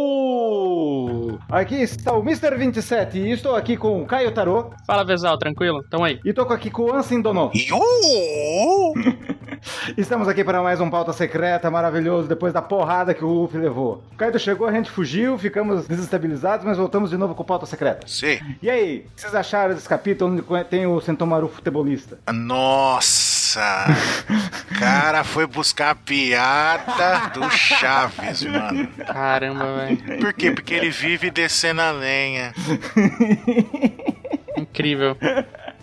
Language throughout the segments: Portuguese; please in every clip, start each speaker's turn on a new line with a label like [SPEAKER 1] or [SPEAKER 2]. [SPEAKER 1] Yo! Aqui está o Mr. 27 e estou aqui com o Caio Tarô
[SPEAKER 2] Fala, Vezal, tranquilo? Tamo aí.
[SPEAKER 1] e tô aqui com o Ansem Dono.
[SPEAKER 3] Iô!
[SPEAKER 1] Estamos aqui para mais um Pauta Secreta maravilhoso, depois da porrada que o Luffy levou. O Kaido chegou, a gente fugiu, ficamos desestabilizados, mas voltamos de novo com Pauta Secreta.
[SPEAKER 3] Sim.
[SPEAKER 1] E aí, o que vocês acharam desse capítulo onde tem o Sentomaru futebolista?
[SPEAKER 3] Nossa! Cara foi buscar a piada do Chaves, mano.
[SPEAKER 2] Caramba, velho.
[SPEAKER 3] Por quê? Porque ele vive descendo a lenha.
[SPEAKER 2] Incrível.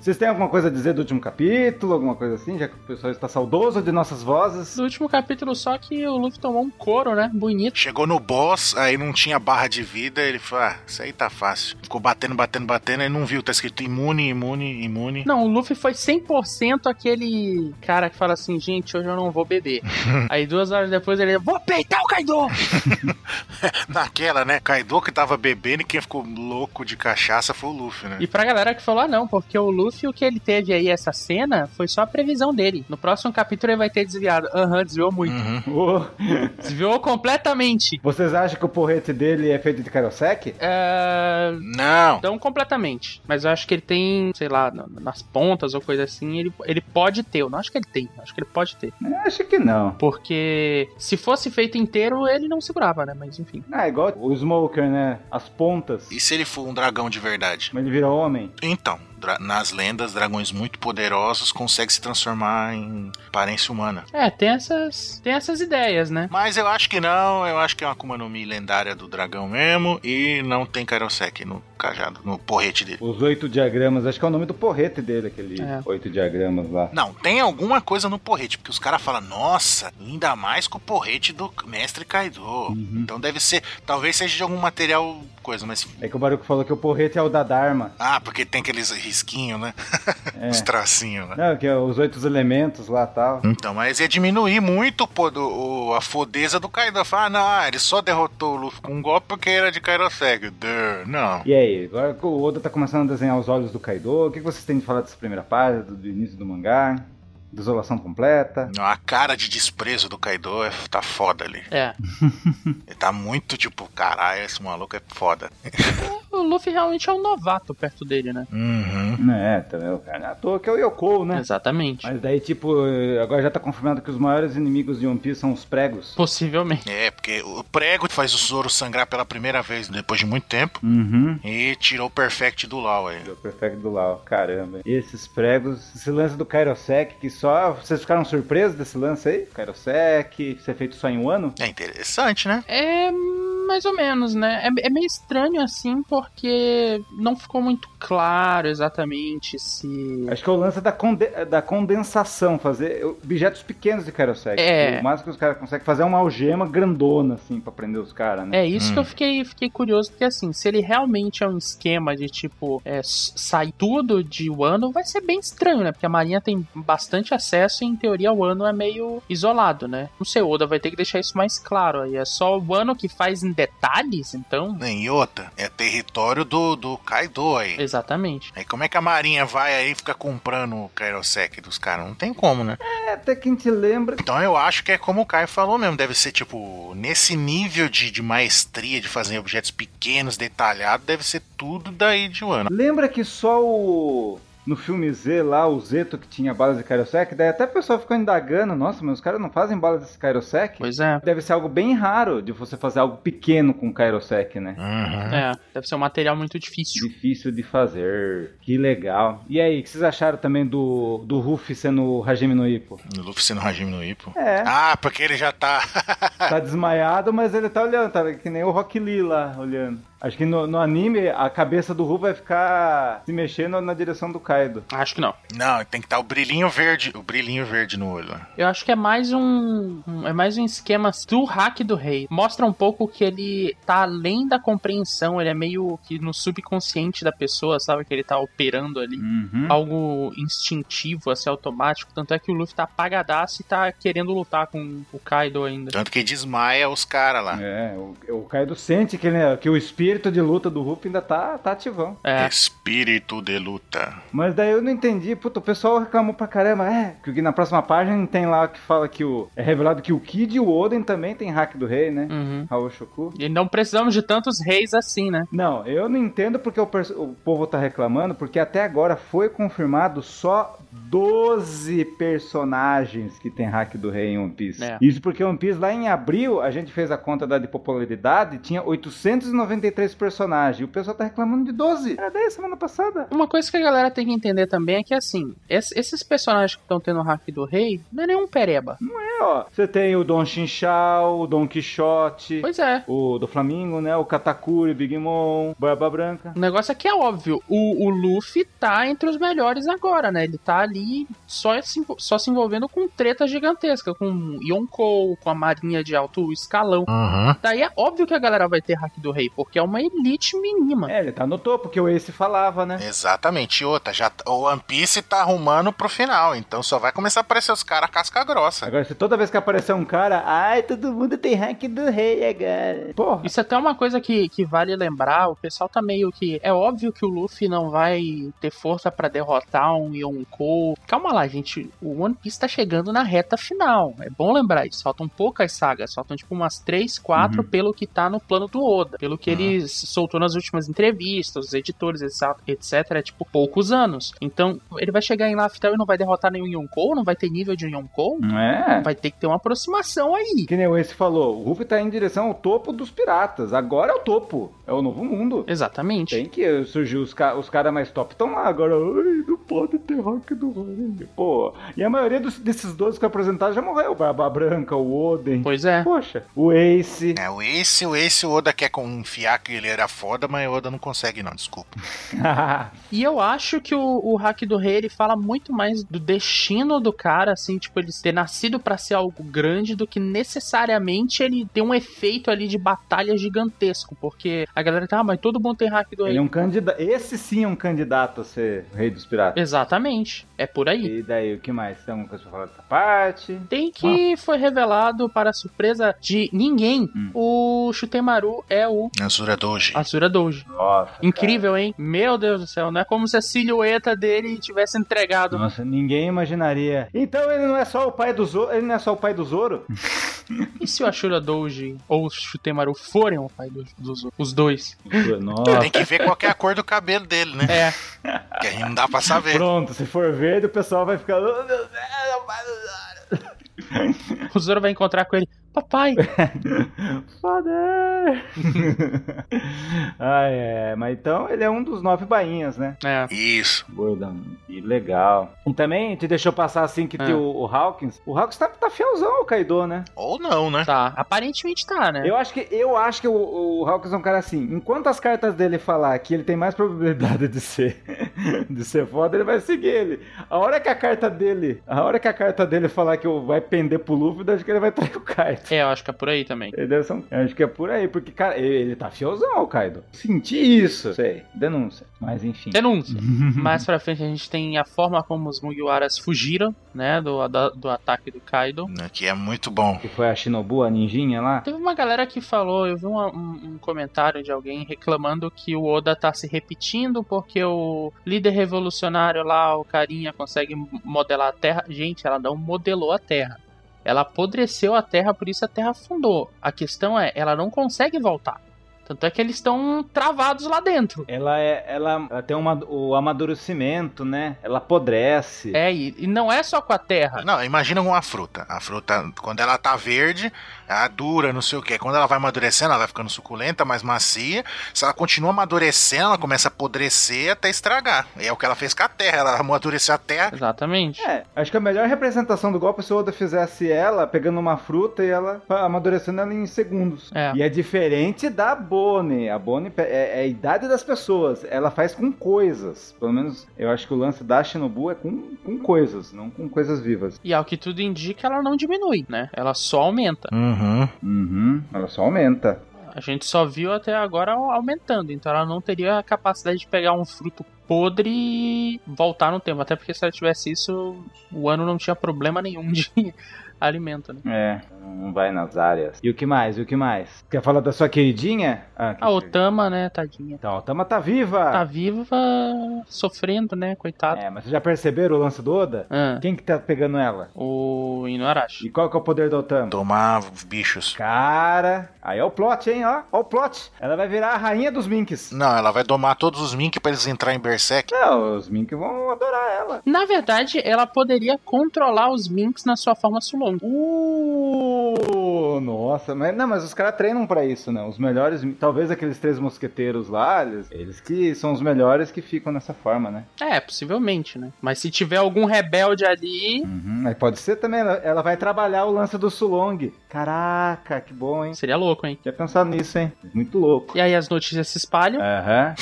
[SPEAKER 1] Vocês têm alguma coisa a dizer do último capítulo, alguma coisa assim, já que o pessoal está saudoso de nossas vozes?
[SPEAKER 2] No último capítulo, só que o Luffy tomou um couro, né? Bonito.
[SPEAKER 3] Chegou no boss, aí não tinha barra de vida, ele falou: ah, isso aí tá fácil. Ficou batendo, batendo, batendo, aí não viu, tá escrito imune, imune, imune.
[SPEAKER 2] Não, o Luffy foi 100% aquele cara que fala assim, gente, hoje eu não vou beber. Aí duas horas depois ele, vou peitar o Kaido!
[SPEAKER 3] Naquela, né? Kaido que tava bebendo e quem ficou louco de cachaça foi o Luffy, né?
[SPEAKER 2] E pra galera que falou, ah não, porque o Luffy, o que ele teve aí, essa cena, foi só a previsão dele. No próximo capítulo ele vai ter desviado. Aham, desviou muito.
[SPEAKER 3] Uhum.
[SPEAKER 1] Ô,
[SPEAKER 2] Desviou completamente.
[SPEAKER 1] vocês acham que o porrete dele é feito de Kairosek?
[SPEAKER 2] É...
[SPEAKER 3] Não!
[SPEAKER 2] Não completamente, mas eu acho que ele tem, sei lá, na- nas pontas ou coisa assim, ele, ele pode ter. Eu não acho que ele tem, eu acho que ele pode ter.
[SPEAKER 1] Eu Acho que não.
[SPEAKER 2] Porque se fosse feito inteiro, ele não segurava, né? Mas enfim.
[SPEAKER 1] Ah, igual o Smoker, né? As pontas.
[SPEAKER 3] E se ele for um dragão de verdade?
[SPEAKER 1] Mas ele vira homem.
[SPEAKER 3] Então, dra- nas lendas, dragões muito poderosos conseguem se transformar em aparência humana.
[SPEAKER 2] É, tem essas, tem essas ideias, né?
[SPEAKER 3] Mas eu acho que não, eu acho que é uma Akuma no Mi lendária do dragão mesmo e não tem Kairosek no cajado, no porrete dele.
[SPEAKER 1] Os oito diagramas, acho que é o nome do porrete dele, aquele
[SPEAKER 2] É.
[SPEAKER 1] oito diagramas lá.
[SPEAKER 3] Não, tem alguma coisa no porrete, porque os caras falam, nossa, ainda mais com o porrete do mestre Kaido. Então deve ser, talvez seja de algum material, coisa, mas.
[SPEAKER 1] É que o Baruco falou que o porrete é o da Dharma.
[SPEAKER 3] Ah, porque tem aqueles risquinhos, né?
[SPEAKER 1] É.
[SPEAKER 3] Os tracinhos, né?
[SPEAKER 1] Não, que é os oito elementos lá tal.
[SPEAKER 3] Então, mas ia diminuir muito pô, do- o- a fodeza do Kaido. Falar, ah, não, ele só derrotou o Luffy com um golpe porque era de Kairosek. Duh, Não.
[SPEAKER 1] E aí, agora que o Oda tá começando a desenhar os olhos do Kaido, o que que vocês têm de falar dessa primeira página, do, do início do mangá? Desolação completa?
[SPEAKER 3] Não, A cara de desprezo do Kaido é, tá foda ali.
[SPEAKER 2] É.
[SPEAKER 3] Ele tá muito tipo, caralho, esse maluco é foda.
[SPEAKER 2] O Luffy realmente é um novato perto dele, né?
[SPEAKER 3] Uhum.
[SPEAKER 1] É, também, o cara. À toa que é o Yoko, né?
[SPEAKER 2] Exatamente.
[SPEAKER 1] Mas daí, tipo, agora já tá confirmado que os maiores inimigos de One Piece são os pregos.
[SPEAKER 2] Possivelmente.
[SPEAKER 3] É, porque o prego faz o Zoro sangrar pela primeira vez depois de muito tempo.
[SPEAKER 1] Uhum.
[SPEAKER 3] E tirou o Perfect do Law aí.
[SPEAKER 1] O Perfect do Lau, caramba. E esses pregos, esse lance do Kairosek, que só. Vocês ficaram surpresos desse lance aí? Kairosek, ser feito só em um ano?
[SPEAKER 3] É interessante, né?
[SPEAKER 2] É mais ou menos, né? É, é meio estranho assim, porque não ficou muito claro exatamente se.
[SPEAKER 1] Acho que é o lance da, conde- da condensação, fazer objetos pequenos de Kairosek.
[SPEAKER 2] É.
[SPEAKER 1] O máximo que os caras conseguem fazer é uma algema grandona, assim, pra prender os caras, né?
[SPEAKER 2] É isso que
[SPEAKER 3] Hum.
[SPEAKER 2] eu fiquei, fiquei curioso, porque assim, se ele realmente é um esquema de tipo, é, s- sai tudo de Wano, vai ser bem estranho, né? Porque a Marinha tem bastante acesso e em teoria o Wano é meio isolado, né? Não sei, o Oda vai ter que deixar isso mais claro aí. É só o Wano que faz em detalhes, então?
[SPEAKER 3] Em outra, é território do, do Kaido aí.
[SPEAKER 2] Exatamente.
[SPEAKER 3] Aí como é que a marinha vai aí e fica comprando o Kairosek dos caras? Não tem como, né?
[SPEAKER 1] É, até quem te lembra.
[SPEAKER 3] Então eu acho que é como o Caio falou mesmo, deve ser tipo, nesse nível de, de maestria de fazer objetos pequenos, detalhados, deve ser tudo daí de um Wano.
[SPEAKER 1] Lembra que só o. No filme Z lá, o Zeto que tinha balas de Kairosek, daí até o pessoal ficou indagando, nossa, mas os caras não fazem balas desse Kairosek?
[SPEAKER 2] Pois é.
[SPEAKER 1] Deve ser algo bem raro de você fazer algo pequeno com Kairosek, né?
[SPEAKER 3] Uhum.
[SPEAKER 2] É, deve ser um material muito difícil.
[SPEAKER 1] Difícil de fazer. Que legal. E aí, o que vocês acharam também do, do Ruffy sendo o Hajime no Ippo?
[SPEAKER 3] No Luffy sendo Hajime no Ippo.
[SPEAKER 1] É,
[SPEAKER 3] Ah, porque ele já tá.
[SPEAKER 1] tá desmaiado, mas ele tá olhando, tá que nem o Rock Lee lá, olhando. Acho que no, no anime, a cabeça do Ruffy vai ficar se mexendo na direção do Kaido.
[SPEAKER 2] Acho que não.
[SPEAKER 3] Não, tem que estar o brilhinho verde, o brilhinho verde no olho. né?
[SPEAKER 2] Eu acho que é mais um, um- é mais um esquema do hack do rei. Mostra um pouco que ele tá além da compreensão, ele é meio que no subconsciente da pessoa, sabe que ele tá operando ali.
[SPEAKER 1] Uhum.
[SPEAKER 2] Algo instintivo, assim, automático. Tanto é que o Luffy tá apagadaço e tá querendo lutar com o Kaido ainda.
[SPEAKER 3] Tanto que desmaia os caras lá.
[SPEAKER 1] É, o, o Kaido sente que, ele- que o espírito de luta do Ruff ainda tá, tá ativão.
[SPEAKER 2] É.
[SPEAKER 3] Espírito de luta.
[SPEAKER 1] Mas daí eu não entendi, puta, o pessoal reclamou pra caramba, é, que na próxima página tem lá que fala que o. É revelado que o Kid e o Oden também tem hack do rei, né?
[SPEAKER 2] Uhum.
[SPEAKER 1] Raul Shoku.
[SPEAKER 2] E não precisamos de tantos reis assim, né?
[SPEAKER 1] Não, eu não entendo porque o, pers- o povo tá reclamando, porque até agora foi confirmado só 12 personagens que tem hack do rei em One Piece.
[SPEAKER 2] É.
[SPEAKER 1] Isso porque One Piece lá em abril, a gente fez a conta da de popularidade, tinha 893 personagens. E o pessoal tá reclamando de 12. Era 10 semana passada.
[SPEAKER 2] Uma coisa que a galera tem que entender também é que, assim, es- esses personagens que estão tendo o hack do rei não é nenhum pereba.
[SPEAKER 1] É, ó. Você tem o Don Chinchal, o Don Quixote,
[SPEAKER 2] Pois é.
[SPEAKER 1] o do Flamingo, né? O Katakuri, Big Mom, Barba Branca.
[SPEAKER 2] O negócio aqui é óbvio. O, o Luffy tá entre os melhores agora, né? Ele tá ali só se, envo- só se envolvendo com treta gigantesca, com Yonkou, com a marinha de alto escalão.
[SPEAKER 3] Uhum.
[SPEAKER 2] Daí é óbvio que a galera vai ter hack do rei, porque é uma elite mínima.
[SPEAKER 1] É, ele tá no topo, que o Ace falava, né?
[SPEAKER 3] Exatamente, e outra, já, t- o One Piece tá arrumando pro final, então só vai começar a aparecer os caras casca grossa.
[SPEAKER 1] Agora, se toda vez que aparecer um cara, ai, todo mundo tem hack do rei agora. Porra.
[SPEAKER 2] Isso é até uma coisa que, que vale lembrar, o pessoal tá meio que. É óbvio que o Luffy não vai ter força pra derrotar um Yonkou. Calma lá, gente. O One Piece tá chegando na reta final. É bom lembrar isso. Faltam poucas sagas, faltam tipo umas 3, 4
[SPEAKER 1] Uhum.
[SPEAKER 2] pelo que tá no plano do Oda. Pelo que
[SPEAKER 3] Uhum.
[SPEAKER 2] ele s- soltou nas últimas entrevistas, os editores, etc, etc. É tipo poucos anos. Então, ele vai chegar em lá final e não vai derrotar nenhum Yonkou, não vai ter nível de Yonkou.
[SPEAKER 1] É.
[SPEAKER 2] Vai ter que ter uma aproximação aí.
[SPEAKER 1] Que nem o Ace falou, o Ruffy tá em direção ao topo dos piratas. Agora é o topo. É o novo mundo.
[SPEAKER 2] Exatamente.
[SPEAKER 1] Tem que surgir os, ca os caras mais top. Estão lá agora. Ai, não pode ter hack do rei. Pô. E a maioria dos- desses 12 que apresentaram já morreu. Barba Branca, o Oden.
[SPEAKER 2] Pois é.
[SPEAKER 1] Poxa, o Ace.
[SPEAKER 3] É, o Ace, o Ace, o Oda quer confiar que ele era foda, mas o Oda não consegue não, desculpa.
[SPEAKER 2] E eu acho que o, o hack do rei ele fala muito mais do destino do cara, assim, tipo, ele ter nascido pra ser algo grande do que necessariamente ele ter um efeito ali de batalha gigantesco. Porque a galera tá, ah, mas todo mundo tem hack do rei.
[SPEAKER 1] Ele é um candidato. Esse sim é um candidato a ser rei dos piratas.
[SPEAKER 2] Exatamente, é por aí.
[SPEAKER 1] um- E daí, o que mais? Tem alguma coisa pra falar dessa parte?
[SPEAKER 2] Tem que foi revelado para surpresa de ninguém.
[SPEAKER 1] Ah. Hum.
[SPEAKER 2] O Shutemaru é o
[SPEAKER 3] Azura Doji.
[SPEAKER 2] Azura Doji.
[SPEAKER 1] Nossa. cara.
[SPEAKER 2] Incrível, hein? Meu Deus do céu, não é como se a silhueta dele tivesse entregado.
[SPEAKER 1] Nossa, ninguém imaginaria. Então ele não é só o pai do Zoro, ele não é só o pai do Zoro?
[SPEAKER 2] E se o Ashura Doji ou o Shutemaru forem o pai do- dos os dois?
[SPEAKER 1] Nossa.
[SPEAKER 3] Tem que ver qual que é a cor do cabelo dele, né?
[SPEAKER 2] É,
[SPEAKER 3] Que aí não dá pra saber.
[SPEAKER 1] Pronto, se for verde, o pessoal vai ficar. "Oh, meu Deus, é o pai do Zoro."
[SPEAKER 2] o Zoro vai encontrar com ele. Papai,
[SPEAKER 1] Father! Ai, é. Mas então ele é um dos nove bainhas, né?
[SPEAKER 2] É,
[SPEAKER 3] Isso.
[SPEAKER 1] Gordon, e legal. E também te deixou passar assim que
[SPEAKER 2] É.
[SPEAKER 3] Ah.
[SPEAKER 1] tem o, o Hawkins. O Hawkins tá, tá fielzão ao Kaido, né?
[SPEAKER 3] Ou não, né?
[SPEAKER 2] tá. Aparentemente tá, né?
[SPEAKER 1] Eu acho que, eu acho que o, o Hawkins é um cara assim. Enquanto as cartas dele falar que ele tem mais probabilidade de ser, de ser foda, ele vai seguir ele. A hora que a carta dele, a hora que a carta dele falar que o- vai pender pro Luffy, eu acho que ele vai trair o Kaido.
[SPEAKER 2] É, eu acho que é por aí também.
[SPEAKER 1] Ele deve ser um- eu acho que é por aí, porque, cara, ele, ele tá fielzão ao Kaido. Senti isso. Sei, denúncia. Mas enfim.
[SPEAKER 2] Denúncia. Mais pra frente a gente tem a forma como os Mugiwaras fugiram, né? Do, da- do ataque do Kaido.
[SPEAKER 3] Né, Que é muito bom.
[SPEAKER 1] Que foi a Shinobu, a ninjinha lá.
[SPEAKER 2] Teve uma galera que falou, eu vi uma- um, um comentário de alguém reclamando que o Oda tá se repetindo porque o líder revolucionário lá, o carinha, consegue modelar a Terra. Gente, ela não modelou a Terra. Ela apodreceu a Terra, por isso a Terra afundou. A questão é, ela não consegue voltar. Tanto é que eles estão travados lá dentro.
[SPEAKER 1] Ela é. Ela, ela tem uma, o amadurecimento, né? Ela apodrece.
[SPEAKER 2] É, e, e não é só com a Terra.
[SPEAKER 3] Não, imagina uma fruta. A fruta, quando ela tá verde, ela é dura, não sei o quê. Quando ela vai amadurecendo, ela vai ficando suculenta, mais macia. Se ela continua amadurecendo, ela começa a apodrecer até estragar. E é o que ela fez com a terra. Ela amadureceu a terra.
[SPEAKER 2] Exatamente.
[SPEAKER 1] É, acho que a melhor representação do golpe é se o Oda fizesse ela pegando uma fruta e ela amadurecendo ela em segundos.
[SPEAKER 2] É.
[SPEAKER 1] E é diferente da Bonnie. A Bonnie pe- é, é a idade das pessoas. Ela faz com coisas. Pelo menos eu acho que o lance da Shinobu é com, com coisas, não com coisas vivas.
[SPEAKER 2] E ao que tudo indica, ela não diminui, né? Ela só aumenta.
[SPEAKER 3] Uhum.
[SPEAKER 1] Uhum. Ela só aumenta.
[SPEAKER 2] A gente só viu até agora aumentando, então ela não teria a capacidade de pegar um fruto podre e voltar no tempo. Até porque se ela tivesse isso, o ano não tinha problema nenhum de, alimento, né?
[SPEAKER 1] É, não vai nas áreas. E o que mais? E o que mais? Quer falar da sua queridinha? Ah, que
[SPEAKER 2] A Otama, né, tadinha.
[SPEAKER 1] Então, a Otama tá viva!
[SPEAKER 2] Tá viva, sofrendo, né, coitado.
[SPEAKER 1] É, mas vocês já perceberam o lance do Oda?
[SPEAKER 2] Ah,
[SPEAKER 1] Quem que tá pegando ela?
[SPEAKER 2] o Inuarashi.
[SPEAKER 1] E qual que é o poder da Otama?
[SPEAKER 3] Tomar bichos.
[SPEAKER 1] Cara, aí é o plot, hein? Ó, ó o plot. Ela vai virar a rainha dos minks.
[SPEAKER 3] Não, ela vai domar todos os Mink pra eles entrarem em Berserk.
[SPEAKER 1] Não, os minks vão adorar ela.
[SPEAKER 2] Na verdade, ela poderia controlar os Minks na sua forma Sulong.
[SPEAKER 1] Uh, nossa, mas não, mas os caras treinam pra isso, né? Os melhores, min- talvez aqueles três mosqueteiros lá, eles, eles que são os melhores que ficam nessa forma, né?
[SPEAKER 2] É, possivelmente, né? Mas se tiver algum rebelde ali,
[SPEAKER 1] Uhum, mas pode ser também, ela, ela vai trabalhar o lance do Sulong. Caraca, que bom, hein?
[SPEAKER 2] seria louco, hein?
[SPEAKER 1] Tinha pensado nisso, hein? Muito louco.
[SPEAKER 2] E aí as notícias se espalham.
[SPEAKER 1] Aham.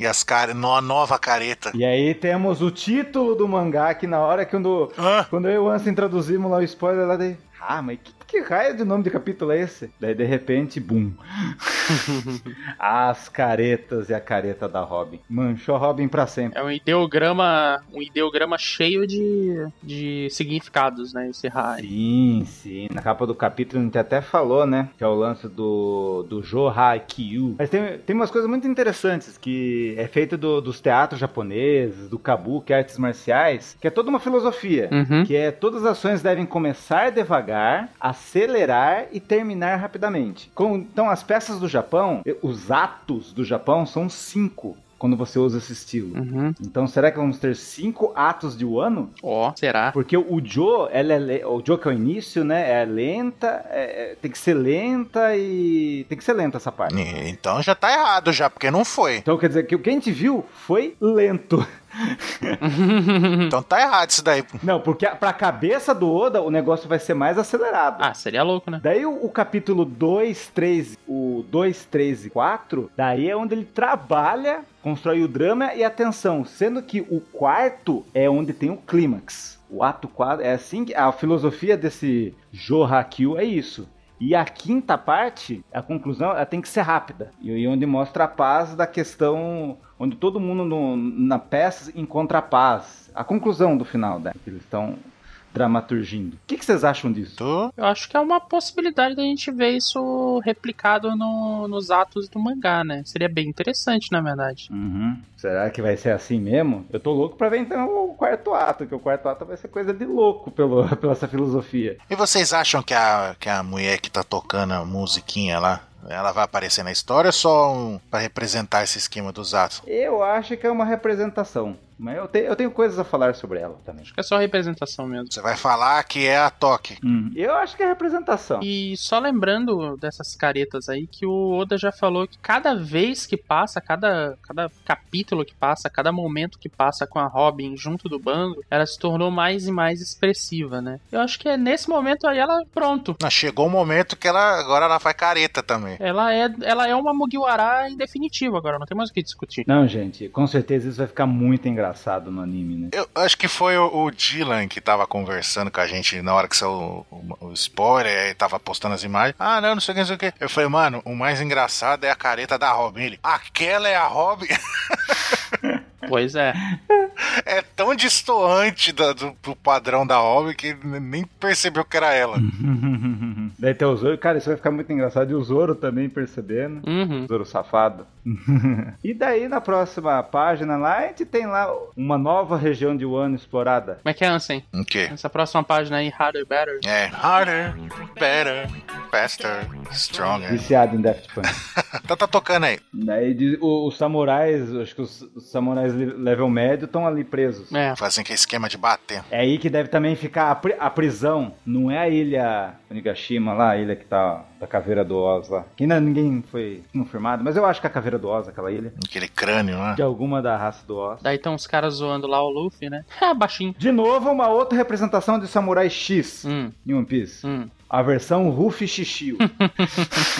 [SPEAKER 3] E as caras. No, nova careta.
[SPEAKER 1] E aí temos o título do mangá que na hora que um quando,
[SPEAKER 3] Hã?
[SPEAKER 1] quando eu e o Ansem traduzimos lá o spoiler lá daí. Ah, mas que, que raio de nome de capítulo é esse? Daí de repente, bum. As caretas e a careta da Robin. Manchou a Robin pra sempre.
[SPEAKER 2] É um ideograma, um ideograma cheio de, de significados, né? Esse raio.
[SPEAKER 1] Sim, sim. Na capa do capítulo a gente até falou, né? Que é o lance do, do Joha-Kyu. Mas tem, tem umas coisas muito interessantes que é feito do- dos teatros japoneses, do kabuki, artes marciais, que é toda uma filosofia.
[SPEAKER 2] Uhum.
[SPEAKER 1] Que é todas as ações devem começar devagar, acelerar e terminar rapidamente. Com- então, as peças do Japão, eh, os atos do Japão são cinco quando você usa esse estilo.
[SPEAKER 2] Uhum.
[SPEAKER 1] Então, será que vamos ter cinco atos de Wano?
[SPEAKER 2] Ó, será?
[SPEAKER 1] Porque o Jo, ela é le- o Jo que é o início, né? É lenta, é- é- tem que ser lenta e. Tem que ser lenta essa parte.
[SPEAKER 3] E- Então já tá errado já, porque não foi.
[SPEAKER 1] Então quer dizer que o que a gente viu foi lento.
[SPEAKER 3] Então tá errado isso daí.
[SPEAKER 1] Não, porque a- pra cabeça do Oda o negócio vai ser mais acelerado.
[SPEAKER 2] ah, seria louco, né?
[SPEAKER 1] Daí o, o capítulo 2, 3, o 2, 3 e 4, daí é onde ele trabalha, constrói o drama e a tensão, sendo que o quarto é onde tem o clímax. O ato 4 é assim que a filosofia desse Jorrakyu é isso. E a quinta parte, a conclusão, ela tem que ser rápida. E e onde mostra a paz da questão, onde todo mundo no- na peça encontra a paz. A conclusão do final, né? Que eles estão dramaturgindo. O que que vocês acham disso?
[SPEAKER 3] Tu-
[SPEAKER 2] Eu acho que é uma possibilidade da gente ver isso replicado no- nos atos do mangá, né? Seria bem interessante, na verdade.
[SPEAKER 1] Uhum. Será que vai ser assim mesmo? Eu tô louco pra ver então o quarto ato, que o quarto ato vai ser coisa de louco pelo, pela essa filosofia.
[SPEAKER 3] E vocês acham que a, que a mulher que tá tocando a musiquinha lá, ela vai aparecer na história ou só um, pra representar esse esquema dos atos?
[SPEAKER 1] Eu acho que é uma representação, mas eu, te- eu tenho coisas a falar sobre ela também.
[SPEAKER 2] Acho que é só representação mesmo.
[SPEAKER 3] Você vai falar que é a toque.
[SPEAKER 1] Hum, Eu acho que é representação.
[SPEAKER 2] E só lembrando dessas caretas aí, que o Oda já falou que cada vez que passa, cada, cada capítulo que passa, cada momento que passa com a Robin junto do bando, ela se tornou mais e mais expressiva, né? Eu acho que é nesse momento aí ela, pronto.
[SPEAKER 3] Não, chegou o momento que ela agora ela faz careta também.
[SPEAKER 2] Ela é, ela é uma Mugiwara em definitivo agora, não tem mais o que discutir.
[SPEAKER 1] Não, gente, com certeza isso vai ficar muito engraçado no anime, né?
[SPEAKER 3] Eu acho que foi o, o Dylan que tava conversando com a gente na hora que saiu o, o- o spoiler, e tava postando as imagens. Ah, não, não sei o que, não sei o que. Eu falei, mano, o mais engraçado é a careta da Robin. Ele, aquela é a Robin?
[SPEAKER 2] Pois é.
[SPEAKER 3] É tão destoante da- do, do padrão da Robin que ele nem percebeu que era ela.
[SPEAKER 1] Hum. Daí tem o Zoro, cara, isso vai ficar muito engraçado. E o Zoro também percebendo.
[SPEAKER 2] Uhum.
[SPEAKER 1] Tesouro safado. e daí, na próxima página lá, a gente tem lá uma nova região de Wano explorada.
[SPEAKER 2] Como é que é, Ansem?
[SPEAKER 3] O quê?
[SPEAKER 2] Nessa próxima página aí, Harder Better.
[SPEAKER 3] É, harder, better, faster, stronger.
[SPEAKER 1] Viciado em Daft Punk.
[SPEAKER 3] Tá, tá tocando aí.
[SPEAKER 1] Daí diz- o- os samurais, acho que os, os samurais le- level médio estão ali presos.
[SPEAKER 2] É.
[SPEAKER 3] Fazendo aquele assim esquema de bater.
[SPEAKER 1] É aí que deve também ficar a, pri- a prisão. Não é a ilha Onigashima lá, a ilha que tá da caveira do Oz lá. Que ainda ninguém foi confirmado, mas eu acho que é a caveira do Oz, aquela ilha.
[SPEAKER 3] Aquele crânio né? lá.
[SPEAKER 1] De alguma da raça do Oz.
[SPEAKER 2] Daí estão os caras zoando lá o Luffy, né? Ah, baixinho.
[SPEAKER 1] De novo, uma outra representação de samurai X
[SPEAKER 2] Hum,
[SPEAKER 1] em One Piece.
[SPEAKER 2] hum.
[SPEAKER 1] A versão Ruffy Xixiu.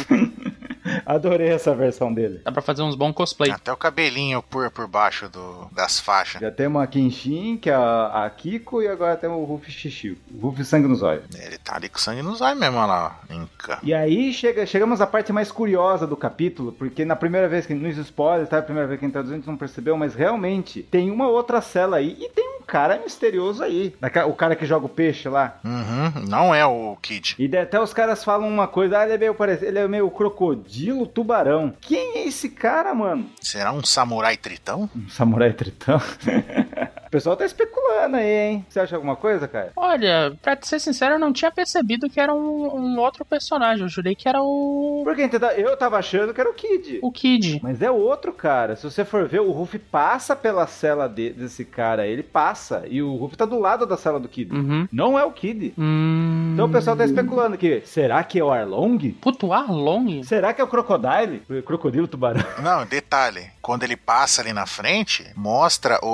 [SPEAKER 1] Adorei essa versão dele.
[SPEAKER 2] Dá pra fazer uns bons cosplay.
[SPEAKER 3] Até o cabelinho por, por baixo do, das faixas.
[SPEAKER 1] Já temos a Kenshin, que é a, a Kiko, e agora temos o Ruffy Xixiu. O Ruffy Sangue nos Olhos.
[SPEAKER 3] Ele tá ali com sangue nos olhos mesmo, olha lá. ó. Inca.
[SPEAKER 1] E aí chega- chegamos à parte mais curiosa do capítulo, porque na primeira vez que nos spoilers, tá? A primeira vez que a gente traduziu, a gente não percebeu, mas realmente tem uma outra cela aí e tem um cara misterioso aí. Daca- O cara que joga o peixe lá.
[SPEAKER 3] Uhum, não é o Kid.
[SPEAKER 1] E daí até os caras falam uma coisa, ah, ele é meio parecido, ele é meio crocodilo tubarão. Quem é esse cara, mano?
[SPEAKER 3] Será um samurai tritão?
[SPEAKER 1] Um samurai tritão? o pessoal tá especulando aí, hein? Você acha alguma coisa, cara?
[SPEAKER 2] Olha, pra te ser sincero, eu não tinha percebido que era um, um outro personagem. Eu jurei que era o.
[SPEAKER 1] Porque entendeu? eu tava achando que era o Kid.
[SPEAKER 2] O Kid.
[SPEAKER 1] Mas é outro cara. Se você for ver, o Ruff passa pela cela de- desse cara. Ele passa. E o Ruff tá do lado da cela do Kid.
[SPEAKER 2] Uhum.
[SPEAKER 1] Não é o Kid.
[SPEAKER 2] Hum.
[SPEAKER 1] Então o pessoal tá especulando que será que é o Arlong?
[SPEAKER 2] Puto, o Arlong?
[SPEAKER 1] Será que é o Crocodile? O Crocodilo Tubarão?
[SPEAKER 3] Não, detalhe. Quando ele passa ali na frente, mostra o,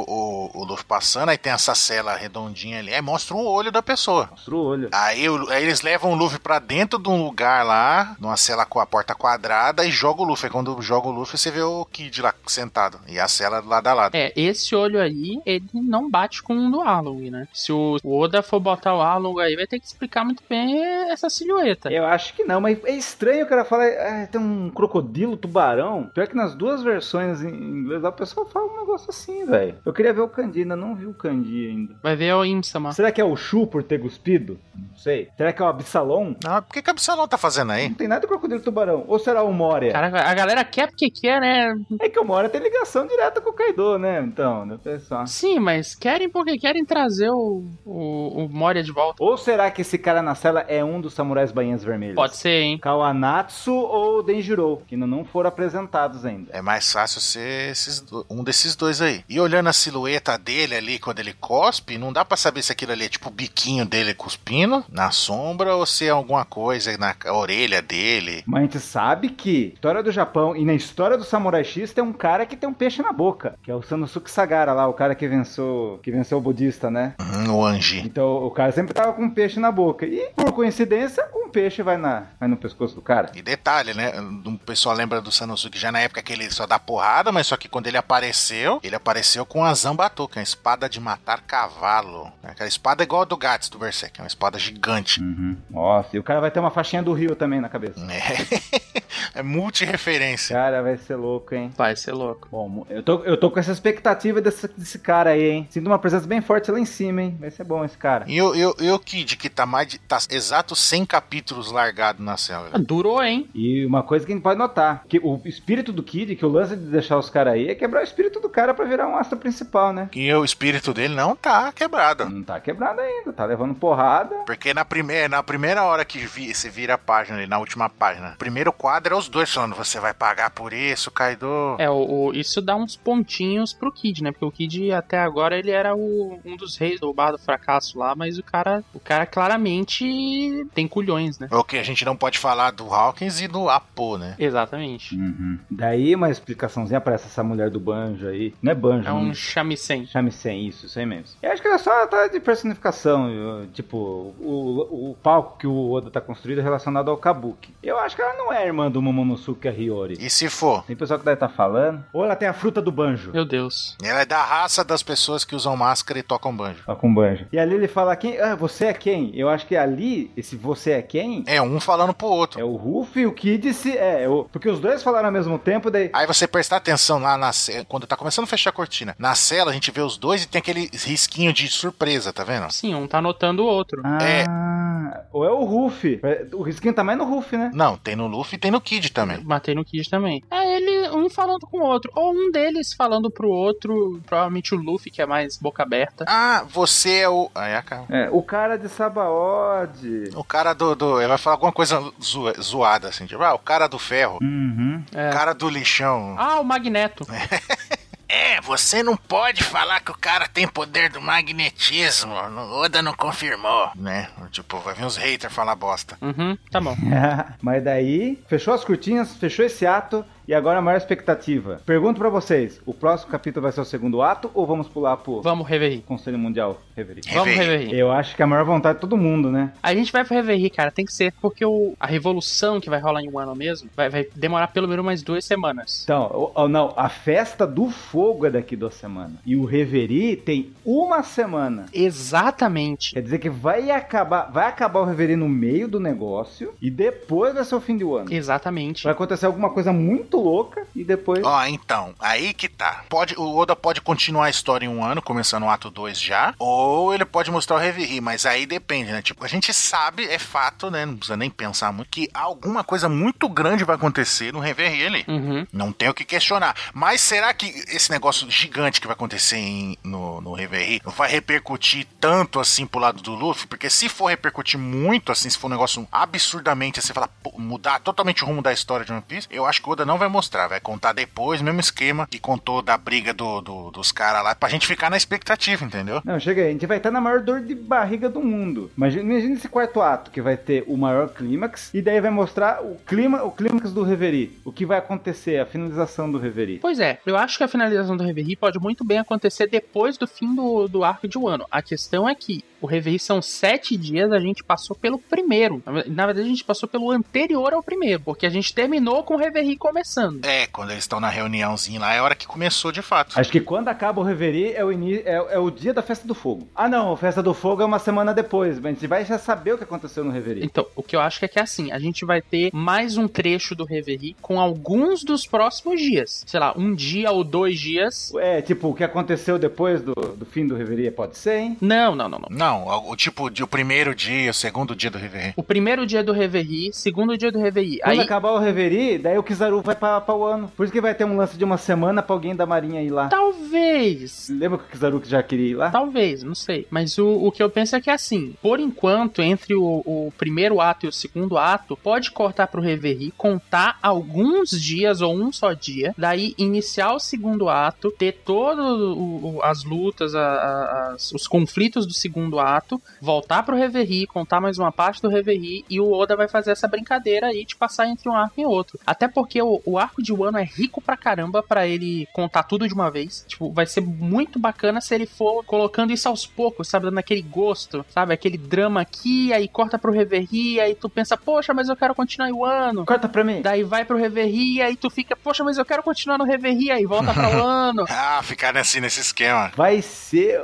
[SPEAKER 3] o, o Luffy passando, aí tem essa cela redondinha ali, aí mostra o olho da pessoa.
[SPEAKER 1] Mostra o olho.
[SPEAKER 3] Aí, o- aí eles levam o Luffy pra dentro de um lugar lá, numa cela com a porta quadrada, e joga o Luffy. Aí quando joga o Luffy, você vê o Kid lá sentado. E a cela lado a lado.
[SPEAKER 2] É, esse olho aí, ele não bate com o do Arlong, né? Se o o Oda for botar o Arlong aí, vai ter que explicar muito bem essa silhueta.
[SPEAKER 1] Eu acho que não, mas é estranho o cara falar, ah, tem um crocodilo tubarão. Pior que nas duas versões em inglês lá, o pessoal fala um negócio assim, velho. Eu queria ver o Kandi, ainda não vi o Kandi ainda.
[SPEAKER 2] Vai ver o Imsama.
[SPEAKER 1] Será que é o Shu por ter cuspido? Não sei. Será que é o Absalom?
[SPEAKER 3] Ah, por que, que a Absalom tá fazendo aí?
[SPEAKER 1] Não tem nada de crocodilo tubarão. Ou será o Moria?
[SPEAKER 2] É. Cara, a galera quer porque quer, né?
[SPEAKER 1] É que o Moria tem ligação direta com o Kaido, né? Então, né, pessoal?
[SPEAKER 2] Sim, mas querem porque querem trazer o, o, o Moria de volta.
[SPEAKER 1] Ou será que esse cara na cela é um dos samurais bainhas vermelhas?
[SPEAKER 2] Pode ser, hein?
[SPEAKER 1] Kawanatsu ou Denjiro, que ainda não foram apresentados ainda.
[SPEAKER 3] É mais fácil ser esses do- um desses dois aí. E olhando a silhueta dele ali quando ele cospe, não dá pra saber se aquilo ali é tipo o biquinho dele cuspindo na sombra ou se é alguma coisa na ca- orelha dele.
[SPEAKER 1] Mas a gente sabe que na história do Japão e na história do Samurai X tem um cara que tem um peixe na boca, que é o Sanosuke Sagara lá, o cara que venceu, que venceu o budista, né?
[SPEAKER 3] Uhum, o Anji.
[SPEAKER 1] Então o cara sempre tava com um peixe na boca. E por coincidência, um peixe vai, na, vai no pescoço do cara.
[SPEAKER 3] E detalhe, né? O pessoal lembra do Sanosuke já na época que ele só dá porrada, mas só que quando ele apareceu, ele apareceu com a Zambatu, que é uma espada de matar cavalo. É Aquela espada igual a do Gats do Berserk, é uma espada gigante.
[SPEAKER 1] Uhum. Nossa, e o cara vai ter uma faixinha do rio também na cabeça.
[SPEAKER 3] É, é multi-referência.
[SPEAKER 1] Cara, vai ser louco, hein?
[SPEAKER 2] Vai ser louco.
[SPEAKER 1] Bom, eu tô, eu tô com essa expectativa desse, desse cara aí, hein? Sinto uma presença bem forte lá em cima, hein? Vai ser bom esse cara.
[SPEAKER 3] E o, e o- e o Kid, que tá mais de, tá exato 100 capítulos largado na
[SPEAKER 2] Ah,
[SPEAKER 3] célula.
[SPEAKER 2] Durou, hein?
[SPEAKER 1] E uma coisa que a gente pode notar, que o espírito do Kid, que o lance de deixar os caras aí, é quebrar o espírito do cara pra virar um astro principal, né?
[SPEAKER 3] E o espírito dele não tá quebrado.
[SPEAKER 1] Não tá quebrado ainda, tá levando porrada.
[SPEAKER 3] Porque na primeira, na primeira hora que vi, você vira a página ali, na última página, primeiro quadro é os dois falando: você vai pagar por isso, Kaido.
[SPEAKER 2] É, o, o- isso dá uns pontinhos pro Kid, né? Porque o Kid até agora ele era o- um dos reis do bar do fracasso lá, mas o cara, o cara claramente tem culhões, né?
[SPEAKER 3] Ok, É a gente não pode falar do Hawkins e do Apo, né?
[SPEAKER 2] Exatamente.
[SPEAKER 1] Uhum. Daí uma explicaçãozinha pra essa, essa mulher do banjo aí. Não é banjo,
[SPEAKER 2] É
[SPEAKER 1] não
[SPEAKER 2] um chamisem.
[SPEAKER 1] Chame sem isso, isso aí mesmo. Eu acho que ela só tá de personificação, eu- tipo, o, o palco que o Oda tá construído é relacionado ao Kabuki. Eu acho que ela não é a irmã do Momonosuke a Hiyori.
[SPEAKER 3] E se for?
[SPEAKER 1] Tem pessoal que deve tá falando. Ou ela tem a fruta do banjo.
[SPEAKER 2] Meu Deus.
[SPEAKER 3] Ela é da raça das pessoas que usam máscara e tocam banjo.
[SPEAKER 1] Ó, Tá com banjo. E ali ele fala quem? Ah, você é quem? Eu acho que ali, esse você é quem?
[SPEAKER 3] É um falando pro outro.
[SPEAKER 1] É o Ruff e o Kid se. É, o- porque os dois falaram ao mesmo tempo, daí.
[SPEAKER 3] Aí você prestar atenção lá na ce- quando tá começando a fechar a cortina. Na cela a gente vê os dois e tem aquele risquinho de surpresa, tá vendo?
[SPEAKER 2] Sim, um tá anotando o outro.
[SPEAKER 3] É.
[SPEAKER 1] Ah, ou é o Ruff. O risquinho tá mais no Ruff, né?
[SPEAKER 3] Não, tem no Luffy e tem no Kid também.
[SPEAKER 2] Matei no Kid também. É ele, um falando com o outro. Ou um deles falando pro outro, provavelmente o Luffy, que é mais boca aberta.
[SPEAKER 3] Ah, você é o. Aí acaba.
[SPEAKER 1] É, o cara de Sabaody.
[SPEAKER 3] O cara do. do- Ele vai falar alguma coisa zoa- zoada, assim, tipo, ah, o cara do ferro,
[SPEAKER 1] Uhum.
[SPEAKER 2] É.
[SPEAKER 3] o cara do lixão.
[SPEAKER 2] Ah, o Magneto.
[SPEAKER 3] É, você não pode falar que o cara tem poder do magnetismo. O Oda não confirmou. Né? Tipo, vai vir uns haters falar bosta.
[SPEAKER 2] Uhum, tá bom.
[SPEAKER 1] Mas daí, fechou as curtinhas, fechou esse ato e agora a maior expectativa. Pergunto pra vocês, o próximo capítulo vai ser o segundo ato ou vamos pular pro
[SPEAKER 2] Vamos reverir.
[SPEAKER 1] Conselho Mundial Reverie?
[SPEAKER 2] Vamos
[SPEAKER 3] Reverie.
[SPEAKER 2] reverir.
[SPEAKER 1] Eu acho que é a maior vontade de todo mundo, né?
[SPEAKER 2] A gente vai pro Reverie, cara, tem que ser, porque o, a revolução que vai rolar em um ano mesmo vai, vai demorar pelo menos mais duas semanas.
[SPEAKER 1] Então, o- o- não, a festa do fogo é daqui duas semanas. E o Reverie tem uma semana.
[SPEAKER 2] Exatamente.
[SPEAKER 1] Quer dizer que vai acabar, vai acabar o Reverie no meio do negócio e depois vai ser o fim do ano.
[SPEAKER 2] Exatamente.
[SPEAKER 1] Vai acontecer alguma coisa muito muito louca e depois.
[SPEAKER 3] Ó, então, aí que tá. Pode, o Oda pode continuar a história em um ano, começando o ato 2 já, ou ele pode mostrar o Reverie, mas aí depende, né? Tipo, a gente sabe, é fato, né? Não precisa nem pensar muito, que alguma coisa muito grande vai acontecer no Reverie ali.
[SPEAKER 2] Uhum.
[SPEAKER 3] Não tem o que questionar. Mas será que esse negócio gigante que vai acontecer em- no, no Reverie vai repercutir tanto assim pro lado do Luffy? Porque se for repercutir muito, assim, se for um negócio absurdamente, assim, falar, pô, mudar totalmente o rumo da história de One Piece, eu acho que o Oda não vai mostrar. Vai contar depois, mesmo esquema que contou da briga do, do- dos caras lá, pra gente ficar na expectativa, entendeu?
[SPEAKER 1] Não, chega aí, a gente vai estar na maior dor de barriga do mundo. Imagina, imagina esse quarto ato que vai ter o maior clímax e daí vai mostrar o clima, o clímax do Reverie, o que vai acontecer, a finalização do Reverie.
[SPEAKER 2] Pois é, eu acho que a finalização do Reverie pode muito bem acontecer depois do fim do, do arco de Wano. A questão é que o Reverie são sete dias, a gente passou pelo primeiro. Na ve- Na verdade, a gente passou pelo anterior ao primeiro, porque a gente terminou com o Reverie começando.
[SPEAKER 3] É, quando eles estão na reuniãozinha lá, é a hora que começou de fato.
[SPEAKER 1] Acho que quando acaba o Reverie é o, ini- é, é o dia da Festa do Fogo. Ah não, a Festa do Fogo é uma semana depois, mas a gente vai já saber o que aconteceu no Reverie.
[SPEAKER 2] Então, o que eu acho que é que é assim, a gente vai ter mais um trecho do Reverie com alguns dos próximos dias. Sei lá, um dia ou dois dias.
[SPEAKER 1] É, tipo, o que aconteceu depois do, do fim do Reverie pode ser, hein?
[SPEAKER 2] Não, não, não, não.
[SPEAKER 3] Não, o- o tipo de o primeiro dia, o segundo dia do Reverie.
[SPEAKER 2] O primeiro dia do Reverie, segundo dia do Reverie.
[SPEAKER 1] Quando
[SPEAKER 2] Aí
[SPEAKER 1] acabar o Reverie, daí o Kizaru vai pra, pra Wano. Por isso que vai ter um lance de uma semana pra alguém da marinha ir lá.
[SPEAKER 2] Tá. talvez
[SPEAKER 1] Lembra que o Kizaru que já queria ir lá?
[SPEAKER 2] Talvez, não sei. Mas o, o que eu penso é que assim, por enquanto, entre o, o primeiro ato e o segundo ato, pode cortar pro Reverie, contar alguns dias ou um só dia, daí iniciar o segundo ato, ter todas as lutas, a- a- as- os conflitos do segundo ato, voltar pro Reverie, contar mais uma parte do Reverie, e o Oda vai fazer essa brincadeira aí de passar entre um arco e outro. Até porque o, o arco de Wano é rico pra caramba pra ele contar tudo de uma vez. Tipo, vai ser muito bacana se ele for colocando isso aos poucos, sabe? Dando aquele gosto, sabe? Aquele drama aqui, aí corta pro Reverie, aí tu pensa, poxa, mas eu quero continuar em Wano.
[SPEAKER 1] Corta pra mim.
[SPEAKER 2] Daí vai pro Reverie, aí tu fica, poxa, mas eu quero continuar no Reverie, aí volta pra Wano.
[SPEAKER 3] Ah, ficar assim nesse esquema.
[SPEAKER 1] Vai ser.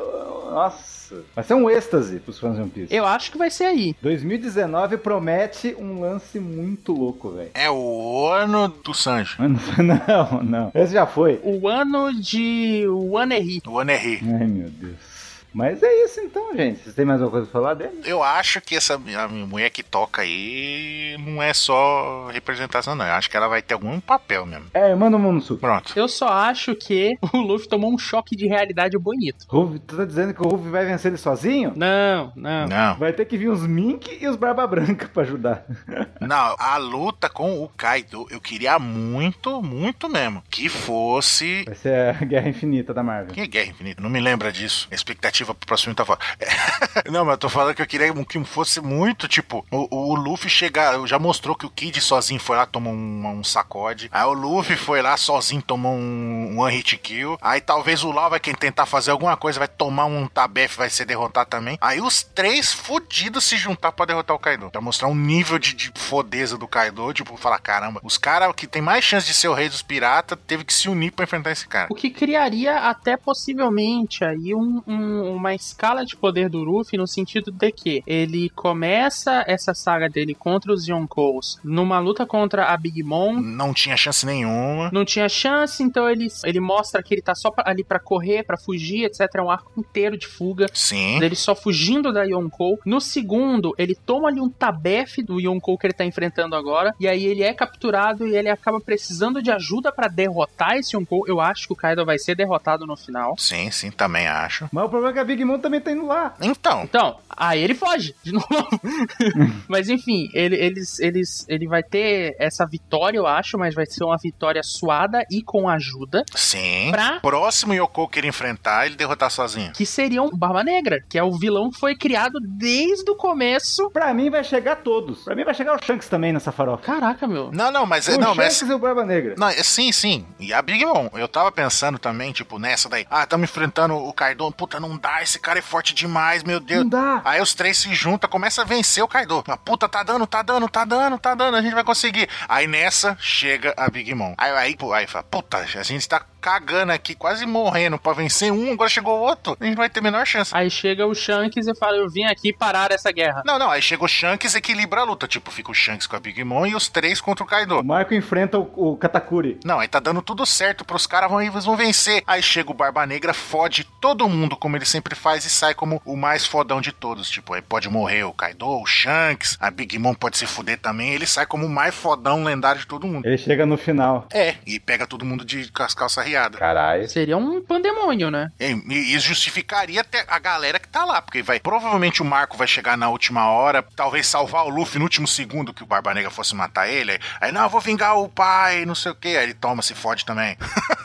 [SPEAKER 1] Nossa. Vai ser um êxtase pros fãs de One Piece.
[SPEAKER 2] Eu acho que vai ser aí.
[SPEAKER 1] 2019 promete um lance muito louco, velho.
[SPEAKER 3] É o ano do Sanjo.
[SPEAKER 1] Mas Não, não. Esse já foi.
[SPEAKER 2] O ano de Wanerri.
[SPEAKER 3] O ano é ri.
[SPEAKER 1] Ai, meu Deus. Mas é isso então, gente. Vocês têm mais alguma coisa pra falar dele?
[SPEAKER 3] Eu acho que essa a mulher que toca aí não é só representação, não. Eu acho que ela vai ter algum papel mesmo.
[SPEAKER 1] É, manda o mundo sul.
[SPEAKER 3] Pronto.
[SPEAKER 2] Eu só acho que o Luffy tomou um choque de realidade bonito.
[SPEAKER 1] Ruff, tu tá dizendo que o Ruff vai vencer ele sozinho?
[SPEAKER 2] Não, não.
[SPEAKER 3] Não,
[SPEAKER 1] Vai ter que vir os Mink e os Barba Branca pra ajudar.
[SPEAKER 3] não, a luta com o Kaido eu queria muito, muito mesmo. Que fosse.
[SPEAKER 1] Vai ser a Guerra Infinita da Marvel.
[SPEAKER 3] Que é Guerra Infinita? Não me lembra disso. A expectativa pro próximo tá fora. não, mas eu tô falando que eu queria que um fosse muito, tipo, o, o Luffy chegar. Já mostrou que o Kid sozinho foi lá, tomou um, um sacode. Aí o Luffy foi lá sozinho, tomou um, um one hit kill. Aí talvez o Law vai quem tentar fazer alguma coisa, vai tomar um tabef, vai ser derrotado também. Aí os três fudidos se juntar pra derrotar o Kaido. Pra mostrar um nível de, de fodeza do Kaido, tipo, falar: caramba, os caras que tem mais chance de ser o rei dos piratas teve que se unir pra enfrentar esse cara.
[SPEAKER 2] O que criaria até possivelmente aí um- um- uma escala de poder do Luffy no sentido de que ele começa essa saga dele contra os Yonkous numa luta contra a Big Mom.
[SPEAKER 3] Não tinha chance nenhuma.
[SPEAKER 2] Não tinha chance, então ele, ele mostra que ele tá só pra- ali pra correr, pra fugir, etc. É um arco inteiro de fuga.
[SPEAKER 3] Sim.
[SPEAKER 2] dele só fugindo da Yonkou. No segundo, ele toma ali um tabefe do Yonkou que ele tá enfrentando agora. E aí ele é capturado e ele acaba precisando de ajuda pra derrotar esse Yonkou. Eu acho que o Kaido vai ser derrotado no final.
[SPEAKER 3] Sim, sim, também acho.
[SPEAKER 1] Mas o problema é que a Big Mom também tá indo lá.
[SPEAKER 3] Então,
[SPEAKER 2] Então, aí ele foge de novo. mas enfim, ele, eles, eles, ele vai ter essa vitória, eu acho, mas vai ser uma vitória suada e com ajuda.
[SPEAKER 3] sim.
[SPEAKER 2] Pra-
[SPEAKER 3] Próximo Yoko que ele enfrentar, ele derrotar sozinho.
[SPEAKER 2] Que seria o Barba Negra, que é o vilão que foi criado desde o começo.
[SPEAKER 1] Pra mim vai chegar todos. Pra mim vai chegar o Shanks também nessa farofa.
[SPEAKER 2] Caraca, meu.
[SPEAKER 3] Não, não, mas. é,
[SPEAKER 1] o
[SPEAKER 3] não,
[SPEAKER 1] Shanks
[SPEAKER 3] mas.
[SPEAKER 1] e o Barba Negra.
[SPEAKER 3] Não, é- sim, sim. E a Big Mom. Eu tava pensando também, tipo, nessa daí. Ah, tamo enfrentando o Kaido. Puta, não dá. Esse cara é forte demais, meu Deus.
[SPEAKER 1] Não dá.
[SPEAKER 3] Aí os três se juntam, começa a vencer o Kaido. Ah, puta, tá dando, tá dando, tá dando, tá dando, a gente vai conseguir. Aí nessa, chega a Big Mom. Aí, aí, pô, aí fala, puta, a gente tá cagando aqui, quase morrendo pra vencer um, agora chegou o outro. A gente não vai ter a menor chance.
[SPEAKER 2] Aí chega o Shanks e fala: Eu vim aqui parar essa guerra.
[SPEAKER 3] Não, não, aí chega o Shanks e equilibra a luta. Tipo, fica o Shanks com a Big Mom e os três contra o Kaido.
[SPEAKER 1] O Marco enfrenta o, o Katakuri.
[SPEAKER 3] Não, aí tá dando tudo certo pros caras, vão, eles vão vencer. Aí chega o Barba Negra, fode todo mundo, como ele sempre faz, e sai como o mais fodão de todos. Tipo, aí pode morrer o Kaido, o Shanks, a Big Mom pode se fuder também. Ele sai como o mais fodão lendário de todo mundo.
[SPEAKER 1] Ele chega no final.
[SPEAKER 3] É, e pega todo mundo de com as calças riadas.
[SPEAKER 1] Caralho.
[SPEAKER 2] Seria um pandemônio, né?
[SPEAKER 3] E e isso justificaria até a galera que tá lá, porque vai provavelmente o Marco vai chegar na última hora, talvez salvar o Luffy no último segundo que o Barba Negra fosse matar ele. Aí, aí, não, eu vou vingar o pai, não sei o que. Aí ele toma, se fode também.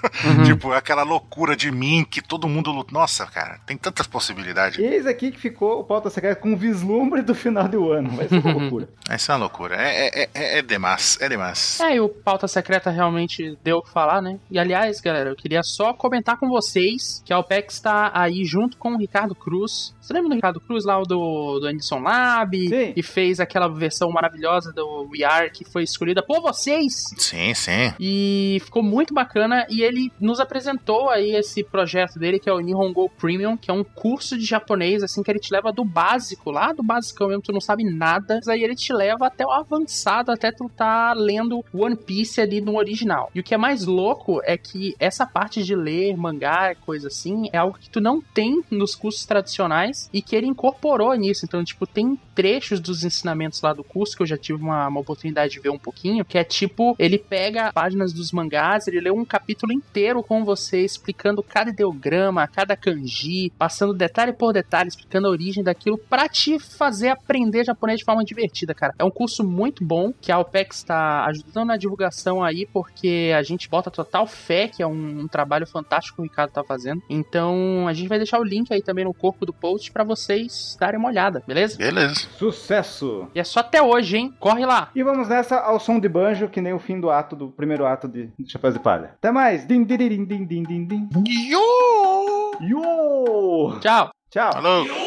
[SPEAKER 3] tipo, aquela loucura de mim que todo mundo luta. Nossa, cara, tem tantas possibilidades.
[SPEAKER 1] Eis aqui que ficou o pauta secreta com o vislumbre do final do ano. Vai ser uma loucura.
[SPEAKER 3] Essa é uma loucura. É, é, é, é demais, é demais.
[SPEAKER 2] É, e o Pauta Secreta realmente deu o que falar, né? E aliás, galera, eu queria só comentar com vocês que a OPEX está aí junto com o Ricardo Cruz. Você lembra do Ricardo Cruz lá, o do, do Anderson Lab?
[SPEAKER 1] Sim.
[SPEAKER 2] Que fez aquela versão maravilhosa do We Are, que foi escolhida por vocês.
[SPEAKER 3] Sim, sim.
[SPEAKER 2] E ficou muito bacana. E ele nos apresentou aí esse projeto dele, que é o Nihongo Premium, que é um curso de japonês, assim, que ele te leva do básico, lá do basicão mesmo, tu não sabe nada. Mas aí ele te leva até o avançado, até tu tá lendo One Piece ali no original. E o que é mais louco é que essa parte de ler mangá, coisa assim, é algo que tu não tem nos cursos tradicionais e que ele incorporou nisso. Então, tipo, tem trechos dos ensinamentos lá do curso que eu já tive uma, uma oportunidade de ver um pouquinho, que é tipo, ele pega páginas dos mangás, ele lê um capítulo inteiro com você, explicando cada ideograma, cada kanji, passando detalhe por detalhe, explicando a origem daquilo pra te fazer aprender japonês de forma divertida, cara. É um curso muito bom que a OPEX está ajudando na divulgação aí, porque a gente bota total fé, que é um, um trabalho fantástico que o Ricardo tá fazendo. Então, a gente vai deixar o link aí também no corpo do post pra vocês darem uma olhada, beleza?
[SPEAKER 3] Beleza.
[SPEAKER 1] Sucesso!
[SPEAKER 2] E é só até hoje, hein? Corre lá!
[SPEAKER 1] E vamos nessa ao som de banjo, que nem o fim do ato, do primeiro ato de Chapéu de Palha. Até mais! Din, din, din, din, din, din.
[SPEAKER 3] Yo!
[SPEAKER 1] Yo!
[SPEAKER 2] Tchau!
[SPEAKER 1] Tchau!
[SPEAKER 3] Falou!